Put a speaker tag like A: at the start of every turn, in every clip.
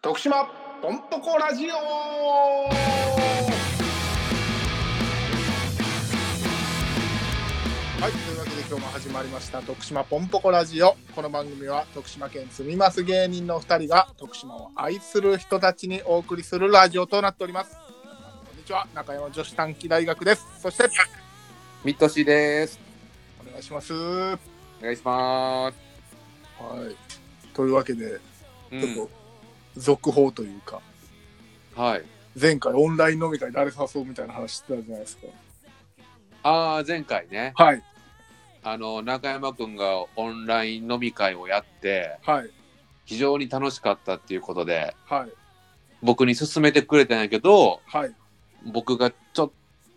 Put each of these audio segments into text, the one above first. A: 徳島ポンポコラジオはいというわけで今日も始まりました徳島ポンポコラジオこの番組は徳島県住みます芸人の2人が徳島を愛する人たちにお送りするラジオとなっておりますこんにちは中山女子短期大学ですそして
B: ミッドシーです。
A: お願いしますは
B: お願いします。
A: いというわけで
B: う
A: ちょっと続報というか、
B: ん、はい。
A: 前回オンライン飲み会誰誘うみたいな話してたじゃないですか
B: ああ、前回ね、
A: はい
B: あの、中山くんがオンライン飲み会をやって、
A: はい
B: 非常に楽しかったっていうことで、
A: はい
B: 僕に勧めてくれたんやけど、
A: はい
B: 僕がちょっ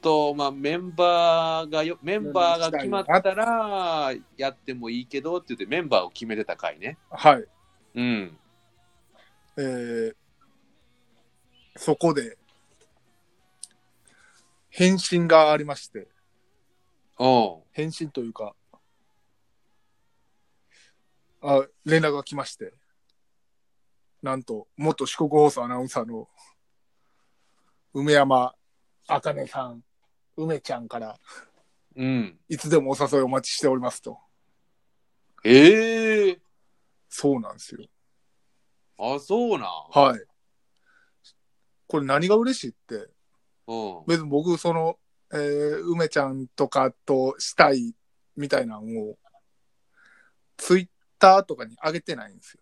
B: と、まあ、メンバーがよ、メンバーが決まったら、やってもいいけどって言って、メンバーを決めてた回ね。
A: はい
B: うん。
A: えーそこで返信がありまして
B: おう
A: 返信というかあ連絡が来ましてなんと元四国放送アナウンサーの梅山茜さん梅ちゃんから
B: うん。
A: いつでもお誘いお待ちしておりますと
B: ええ
A: そうなんですよ
B: あ、そうなん。
A: はいこれ何が嬉しいって
B: うん。
A: 別に僕その、えー梅ちゃんとかとしたいみたいなのをツイッターとかに上げてないんですよ。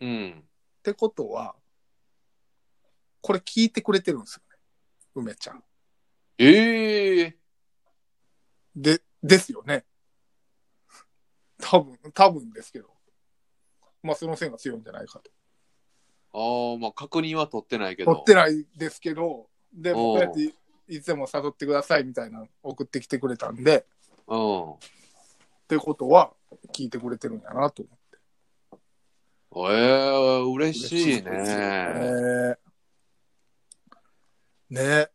B: うん。
A: ってことはこれ聞いてくれてるんですよね梅ちゃん。
B: ええ
A: でですよね。多分多分ですけどまあその線が強いんじゃないかと。
B: ああ、まあ確認は取ってないけど。
A: 取ってないですけどで
B: お
A: 僕
B: う
A: やっていつでも誘ってくださいみたいなの送ってきてくれたんで
B: う
A: ってことは聞いてくれてるんやなと思って。
B: ん。ええ嬉しい
A: 嬉ですよ
B: ね。
A: ねね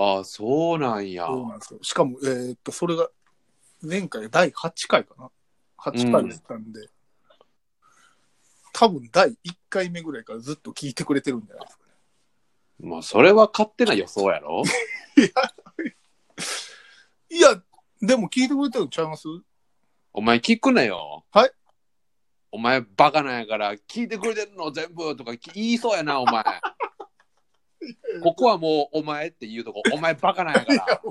B: あそうなんや。
A: そうなんですよ。しかも、えーっと、それが、前回が第8回かな。8回だったんで、多分第1回目ぐらいからずっと聞いてくれてるんじゃないですかね。
B: まあ、それは勝手な予想 やろ
A: いや、でも聞いてくれてるんちゃいます
B: お前聞くなよ。
A: はい。
B: お前バカなんやから、聞いてくれてるの全部とか言いそうやな、お 前。ここはもうお前って言うとこ、お前バカなんやから。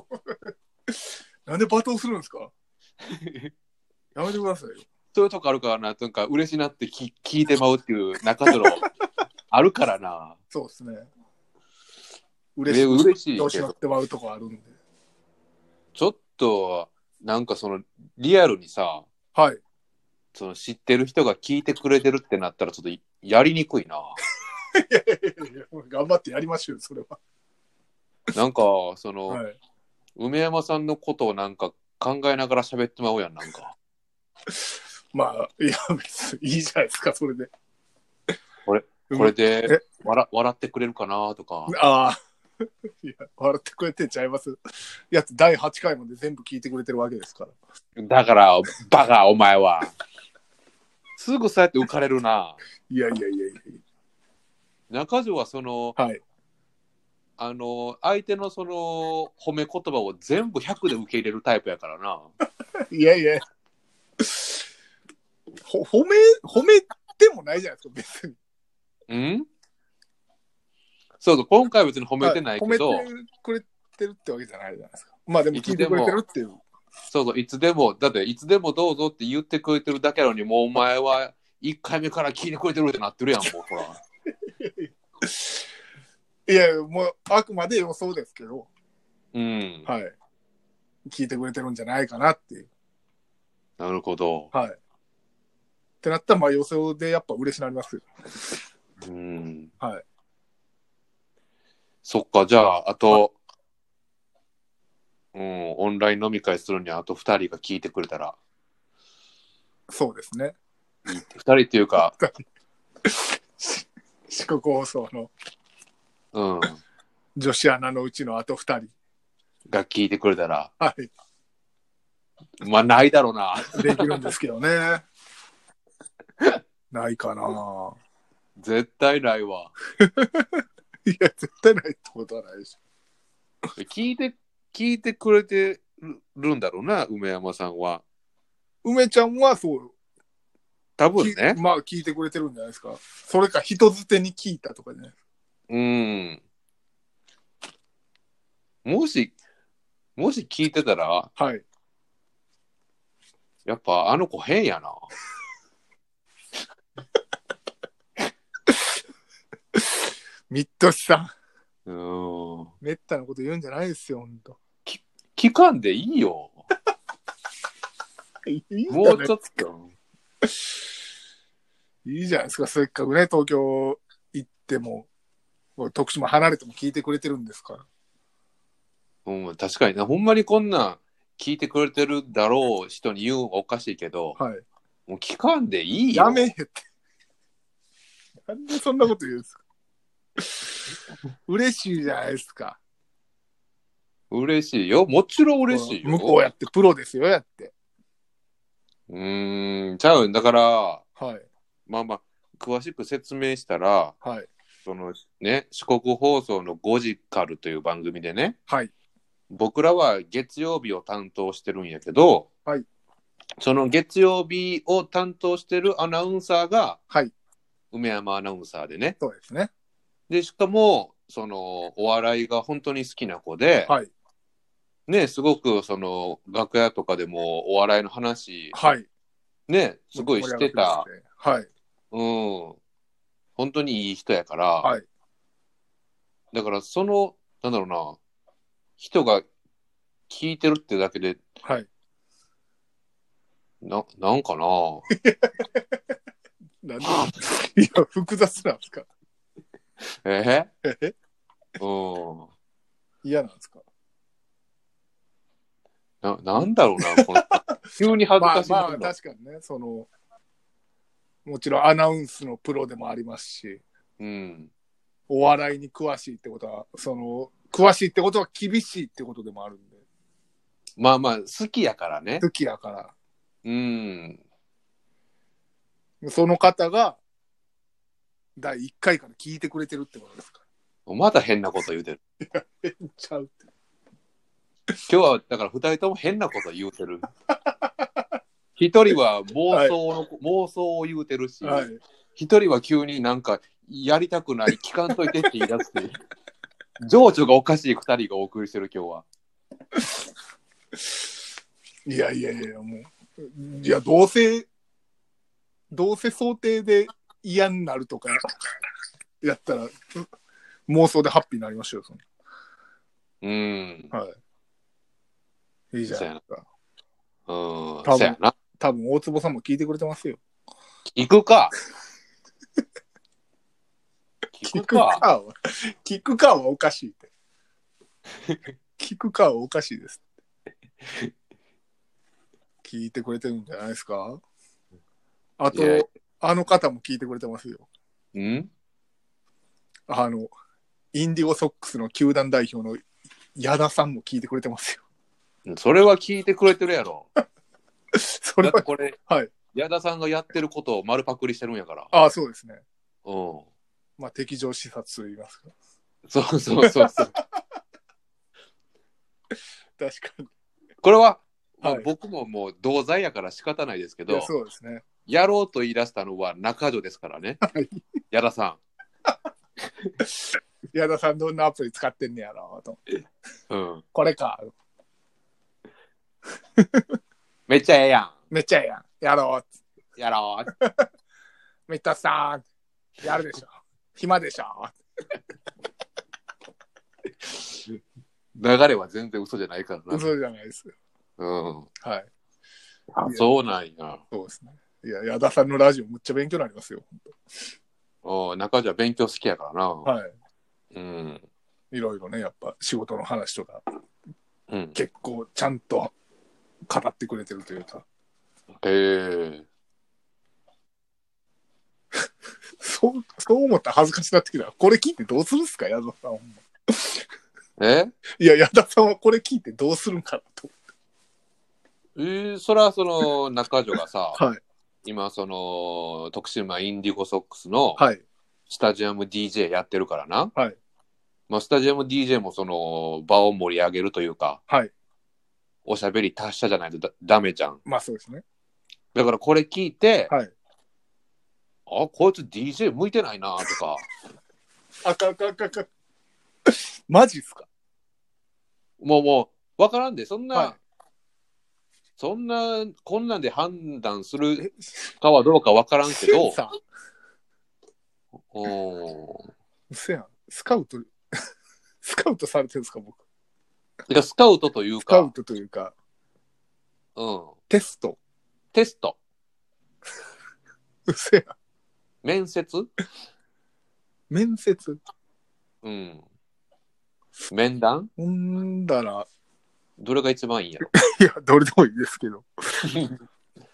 A: なんで罵倒するんですかやめてくださいよ。
B: そういうとこあるからな、なんか嬉しなってき聞いてまうっていう中トロあるからな。
A: そうですね。
B: え
A: 嬉し
B: 嬉し
A: い。
B: い
A: 調
B: け
A: 子乗
B: ど
A: っ。てまうとこあるんで。
B: ちょっと、なんかその、リアルにさ、
A: はい。
B: その知ってる人が聞いてくれてるってなったら、ちょっといやりにくい な。
A: いやいやいや頑張ってやりましょうよ、それは。
B: なんか、その、
A: はい。
B: 梅山さんのことをなんか考えながら喋ってまうやん、なんか。
A: まあ、いや、別にいいじゃないですか、それで。
B: これ、これ
A: え
B: で笑笑ってくれるかなとか
A: うん。あ あ。いや、笑ってくれてんちゃいます。いや、第8回まで全部聞いてくれてるわけですから。
B: だから、バカ、お前は。すぐそうやって浮かれるな。
A: いやいやいやい
B: 中条はその、
A: や。はい。
B: あの、相手のその、褒め言葉を全部100で受け入れるタイプやからな。
A: いやいや。ほ褒め、褒めてもないじゃないですか、別に。
B: うんそうそう、今回は別に褒めてないけど、
A: はい褒めてくれてるってわけじゃないじゃないですか。まあでも聞いてくれてるっていう。
B: そうそう、いつでも、だっていつでもどうぞって言ってくれてるだけなのに、もうお前は1回目から聞いてくれてるってなってるやん、もうほら。
A: いやいや、もうあくまで予想ですけど、
B: うん。
A: はい。聞いてくれてるんじゃないかなっていう。
B: なるほど。
A: はい。ってなったら、まあ予想でやっぱ嬉しなりますよ。
B: うん。
A: はい。
B: そっか、じゃあ、あと、うん、オンライン飲み会するにはあと2人が聞いてくれたら、
A: そうですね。
B: 2人っていうか、
A: 四国放送の
B: うん、
A: 女子アナのうちのあと2人。
B: が聞いてくれたら、
A: はい。
B: まあ、ないだろうな。
A: できるんですけどね。ないかな
B: 絶対ないわ。
A: いや、絶対ないってことはないでしょ。
B: 聞いて、聞いてくれてるんだろうな、梅山さんは。
A: 梅ちゃんはそうよ。
B: 多分ね
A: き。まあ、聞いてくれてるんじゃないですか。それか、人づてに聞いたとかじゃない
B: うん。もし、もし聞いてたら、
A: はい。
B: やっぱあの子変やな。
A: ミッドシさん、
B: うん。
A: めったなこと言うんじゃないですよ、ほんと。
B: 聞かんでいいよ。
A: いい
B: もうちょっと。
A: いいじゃないですか、せっかくね、東京行っても、徳島離れても聞いてくれてるんですから。
B: うん、確かにな。ほんまにこんなん聞いてくれてるだろう人に言うのおかしいけど、
A: はい。
B: もう聞かんでいいよ。
A: やめへって。なんでそんなこと言うんで すか。嬉しいじゃないですか。
B: 嬉しいよ。もちろん嬉しいよ。
A: 向こうやってプロですよ、やって。
B: うーん、ちゃうん。だから、
A: はい。
B: まあまあ、詳しく説明したら、
A: はい。
B: そのね、四国放送のゴジカルという番組でね、
A: はい。
B: 僕らは月曜日を担当してるんやけど、
A: はい
B: その月曜日を担当してるアナウンサーが、
A: はい
B: 梅山アナウンサーでね。
A: そうですね。
B: で、しかも、その、お笑いが本当に好きな子で、
A: はい。
B: ね、すごく、その、楽屋とかでもお笑いの話、
A: はい。
B: ね、すごいしてた、。
A: はい。
B: うん、本当にいい人やから、
A: はい。
B: だからその、なんだろうな、人が聞いてるってだけで、
A: はい。
B: な、な んかな、
A: なんでいや、複雑なんですか。
B: え
A: え
B: うん。
A: 嫌なんですか。
B: な、なんだろうな、この、 急に
A: ま
B: 恥ずか
A: あ
B: しい
A: まあ、確かにね、その、もちろんアナウンスのプロでもありますし、
B: うん。
A: お笑いに詳しいってことは、その、詳しいってことは厳しいってことでもあるんで、
B: まあまあ、好きやか らね。
A: 好きやから。
B: うん。
A: その方が、第1回から聞いてくれてるってことですか
B: また変なこと言うてる。
A: ら。えちゃうって。
B: 今日は、だから二人とも変なこと言う てる。一人は妄想の、妄想を言うてるし、
A: はい。
B: 一人は急になんかやりたくない、聞かんといてって言い出して、 情緒がおかしい二人がお送りしてる今日は。
A: いやいやいや、もう。いや、どうせ、どうせ想定で嫌になるとか、やったら、妄想でハッピーになりましょうよ、その
B: うん。
A: いいじゃないですか。
B: うん。
A: 分
B: そやな。
A: 多分、大坪さんも聞いてくれてますよ。
B: 聞くか。聞くか。
A: は、 聞くかはおかしいって。 聞くかはおかしいですって。聞いてくれてるんじゃないですかあと
B: いや、
A: あの方も聞いてくれてますよ。
B: うん
A: あの、インディゴソックスの球団代表の矢田さんも聞いてくれてますよ。
B: それは聞いてくれてるやろ。
A: そ
B: だ
A: れ
B: って
A: は、
B: これ、
A: はい
B: 矢田さんがやってることを丸パクリしてるんやから。
A: ああ、そうですね。
B: うん。
A: まあ、敵情視察と言いますか。
B: そうそうそうそう。
A: 確かに。
B: これは、まあ
A: はい
B: 僕ももう同罪やから仕方ないですけ
A: いや
B: ど、
A: そうですね。
B: やろうと言い出したのは中条ですか らね
A: い。
B: 矢田さ
A: 矢田さんどんなアプリ使ってんねやろと。
B: ん。うん。
A: これか。
B: めっちゃええやん。
A: めっちゃええやん。やろう。
B: やろう。
A: ミッドさん、やるでしょ。暇でしょ。
B: 流れは全然嘘じゃないからな。
A: 嘘じゃないですよ。
B: うん。
A: はい。
B: あそうなんや。
A: そうですね。いや、矢田さんのラジオ、むっちゃ勉強になりますよ。
B: お中条は勉強好きやからな。
A: はい。
B: うん。
A: いろいろね、やっぱ仕事の話とか、
B: うん。
A: 結構ちゃんと語ってくれてるというか、
B: えー、
A: そう、そう思ったら恥ずかしなってきた。これ聞いてどうするんすか、矢田さん。ほんま
B: え
A: いや、矢田さんはこれ聞いてどうするんかなと。
B: えー、それはその中条がさ、
A: はい。
B: 今その徳島インディゴソックスの
A: はい。
B: スタジアム DJ やってるからな、
A: はい
B: まあ、スタジアム DJ もその場を盛り上げるというか、
A: はい
B: おしゃべり達者じゃないとだダメじゃん
A: まあそうですね。
B: だからこれ聞いて、
A: はい
B: あこいつ DJ 向いてないなとか
A: あかあかあかあか。マジっすか
B: もうもう分からんでそんな、
A: は
B: そんなこんなんで判断す
A: い。
B: る
A: え
B: かはどうか分からんけ
A: セ
B: ど
A: ンサー
B: うん
A: うせやん。スカウト、スカウトされてるんですか、僕。
B: てかスカウトという
A: スカ
B: か
A: ウ、トというか、
B: うん、
A: テスト。
B: テスト
A: うせやん。
B: 面接、
A: 面接。
B: うん、面談
A: ほんだら、
B: どれが一番いいん やろ
A: いや、どれでもいいですけど。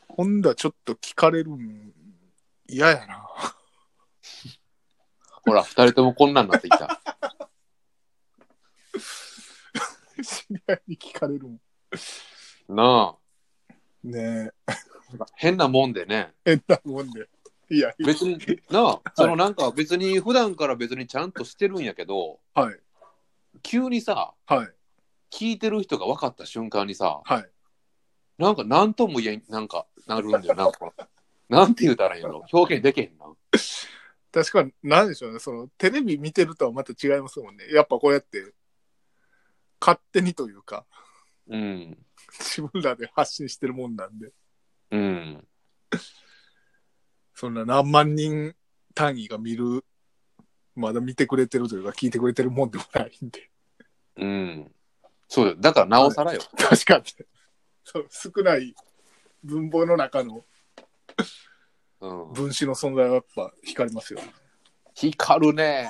A: ほんだらちょっと聞かれるん、嫌やな。
B: ほら、二人ともこんなんなってきた。
A: 知り合いに聞かれるもん。
B: なあ、
A: ね
B: 変なもんでね。
A: え、変なもんで。いや、
B: 別に、なあ、そのなんか別に普段から別にちゃんとしてるんやけど、
A: はい、
B: 急にさ、
A: はい、
B: 聞いてる人が分かった瞬間にさ、
A: はい。
B: なんか何とも言えん、なんかなるんだよな、これなんて言うたらいいんやろ。表現できへんな。
A: 確かに、なんでしょうね。その、テレビ見てるとはまた違いますもんね。やっぱこうやって、勝手にというか、
B: うん。
A: 自分らで発信してるもんなんで、
B: うん。
A: そんな何万人単位が見る、まだ見てくれてるというか、聞いてくれてるもんでもないんで。
B: うん。そうよ。だからなおさらよ。
A: 確かに。そう少ない文法の中の
B: うん。
A: 分子の存在はやっぱ光りますよ。
B: 光るね。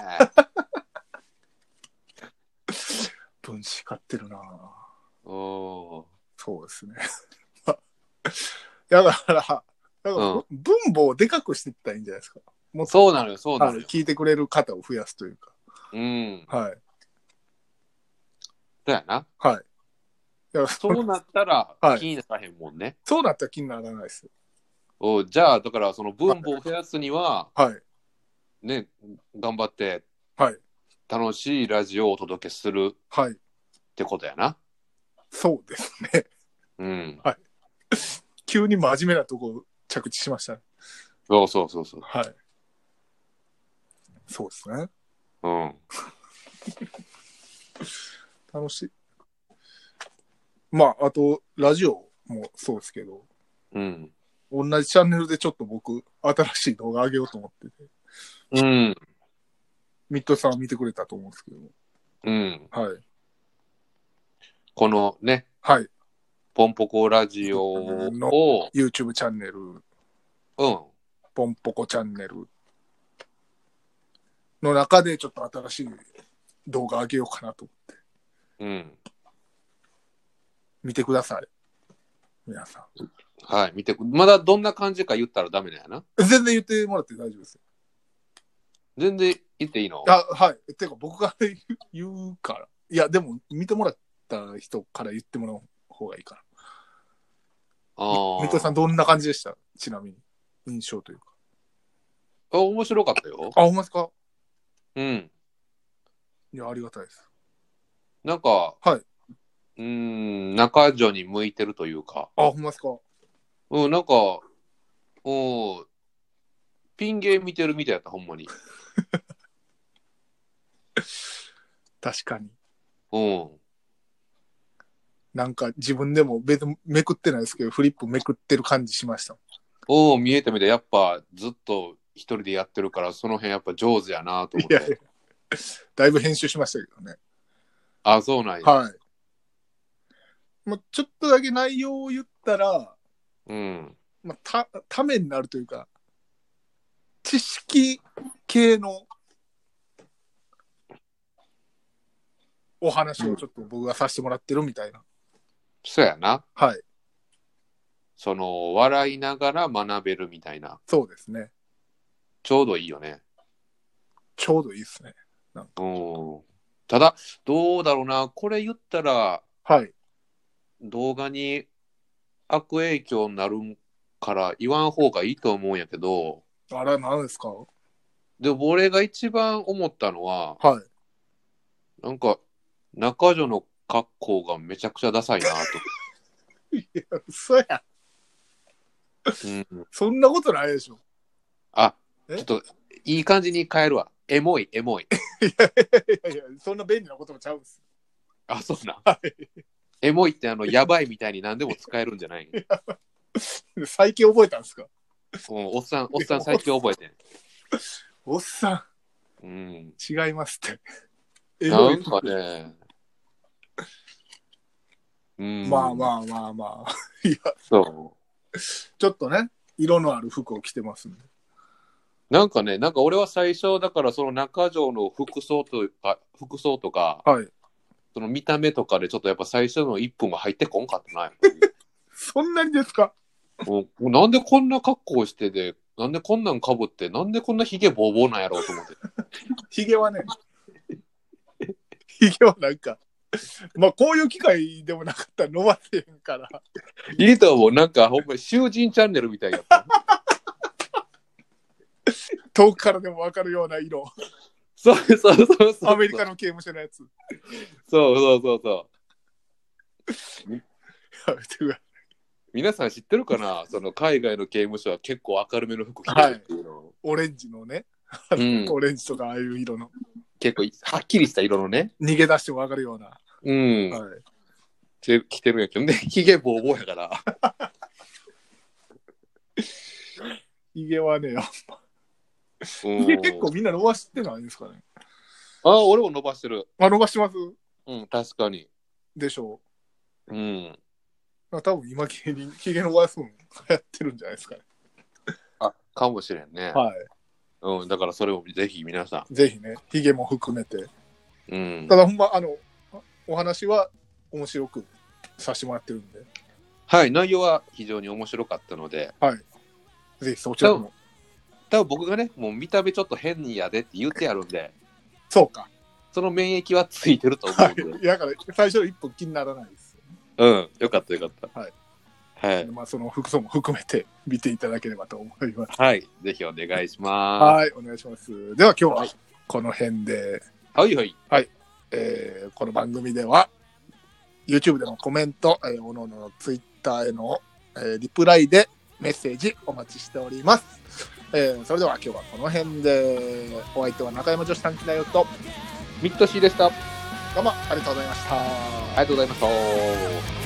A: 分子光ってるなぁ
B: うん。
A: そうですね。 だから、だから
B: うん
A: 文法をでかくしていったらいいんじゃないですか。もっと
B: そうなのよ、そうな
A: は
B: の
A: い
B: よ。
A: 聞いてくれる方を増やすというか。
B: うん。
A: はい。
B: そうやな。
A: はい。いやそ
B: そうなったら
A: はい
B: 気にならへんもんね。
A: そうなったら気にならないですよ。
B: おじゃあだからその分母を増やすには
A: はい。
B: ね頑張って
A: はい。
B: 楽しいラジオをお届けするっ
A: はい。
B: てことやな。
A: そうですね。
B: うん。
A: 急に真面目なとこ着地しましたね。
B: そうそうそうそう。
A: はい。そうですね。
B: うん。
A: 楽しい。まあ、あと、ラジオもそうですけど、
B: うん。
A: 同じチャンネルでちょっと僕、新しい動画上げようと思ってて、
B: うん。
A: ミッドさんは見てくれたと思うんですけど、
B: うん。
A: はい。
B: このね、
A: はい。
B: ポンポコラジオを、
A: YouTube チャンネル、
B: うん。
A: ポンポコチャンネルの中でちょっと新しい動画上げようかなと。
B: うん。
A: 見てください。皆さ
B: はい。見てく、まだどんな感じか言ったらダメだよな。
A: ん。全然言ってもらって大丈夫ですよ。
B: 全然言っていいの
A: あ、はい。てか僕が 言う言うから。いや、でも見てもらった人から言ってもらう方がいいか
B: あ
A: ら。
B: ー
A: みとさんどんな感じでしたちなみに。印象というか。
B: あ。面白かったよ。
A: あ、ほんまですか
B: うん。
A: いや、ありがたいです。
B: なんか、
A: はいう
B: ーん、中条に向いてるというか、
A: あ、ほんまですか
B: うん、なんか、うん、ピン芸見てるみたいやった、ほんまに。
A: 確かに。
B: うん。
A: なんか自分でも別にめくってないですけど、フリップめくってる感じしました。
B: うん、見えてみて、やっぱずっと一人でやってるから、その辺やっぱ上手やなと思
A: い
B: っ
A: やいや
B: て。、
A: だいぶ編集しましたけどね。
B: あ、そうなんや。
A: はい。まあ、ちょっとだけ内容を言ったら、
B: うん。
A: まあ、た、ためになるというか、知識系のお話をちょっと僕がさせてもらってるみたいな。
B: そうやな。
A: はい。
B: その、笑いながら学べるみたいな。
A: そうですね。
B: ちょうどいいよね。
A: ちょうどいいですね。
B: うん。ただ、どうだろうな。これ言ったら、
A: はい。
B: 動画に悪影響になるから言わん方がいいと思うんやけど、
A: あら、何ですか
B: で、俺が一番思ったのは、
A: はい。
B: なんか、中女の格好がめちゃくちゃダサいな
A: 嘘や。
B: と。うん、
A: そんなことないでしょ。
B: あ、ち
A: え
B: ょっと、いい感じに変えるわ。エモい、エモい。
A: いやいや、そんな便利なこともちゃうんです。
B: あ、そうなん。エモいって、あの、やばいみたいに何でも使えるんじゃない
A: 最近覚えたんですか
B: うんおっさん、おっ さん最近覚えてん。
A: おっさ
B: うん。
A: ん、違いますって。え
B: な
A: ぐい
B: んかね。うん。
A: まあ
B: あ。
A: まあまあまあ。いや、
B: そ
A: ちょっとね、色のある服を着てますんで。
B: う。なんかね、なんか俺は最初、だからその中条の服装とか、服装とか、
A: はい。
B: その見た目とかでちょっとやっぱ最初の1分が入ってこんかったな。
A: そんなにですか
B: もうなんでこんな格好してで、なんでこんなんかぶって、なんでこんなヒゲボーボーなんやろうと思って。
A: ヒゲはね。ヒゲはなんか、まあこういう機会でもなかったら伸ばせへんから。
B: いいと思う。なんかほんま囚人チャンネルみたいやった。
A: 遠くからでも分かるような色。
B: そうそうそうそうそう。
A: アメリカの刑務所のやつ。
B: そうそうそうそう。
A: やめてくださ
B: 皆さん知ってるかなその海外の刑務所は結構明るめの服着てるっていうのを、
A: いオレンジのね、
B: うん、
A: オレンジとかああいう色の。
B: 結構はっきりした色のね、
A: 逃げ出しても分かるような。
B: うん
A: はい、
B: 着て着てるんやけどでひげボーボーやから
A: ヒゲはね、
B: うん
A: ヒゲ結構みんな伸ばしてないんですかね。
B: あ俺も伸ばしてる
A: あ、伸ばしてます
B: うん確かに
A: でしょ
B: うん
A: う。多分今芸 人、ヒゲ伸ばすの流行ってるんじゃないですかね。
B: あかもしれんね、
A: は
B: うん、だからそれをぜひ皆さ
A: い。ぜひね、ヒゲも含めて。
B: ん、うん
A: た、だほんま、あの、お話は面白くさせてもらってるんで、
B: はい内容は非常に面白かったので
A: ぜひそちらも。
B: 多分僕がねもう見た目ちょっと変にやでって言ってやるんで
A: そうか。
B: その免疫はついてると思
A: は
B: うんで、
A: い。だから最初の一歩気にならないです。
B: うんよかったよかった
A: はい、
B: はい
A: まあその服装も含めて見ていただければと思います。
B: はい、ぜひお願いしま
A: はい、お願いします。では今日はこの辺で、
B: す。はいはい。
A: えーこの番組では YouTube でのコメント、えー、おのおのの Twitter への、えーリプライでメッセージお待ちしております。えーそれでは今日はこの辺で、お相手は中山女子短期大学と、
B: ミッドシーでした。あり
A: どうもありがとうございました。
B: がとうございました。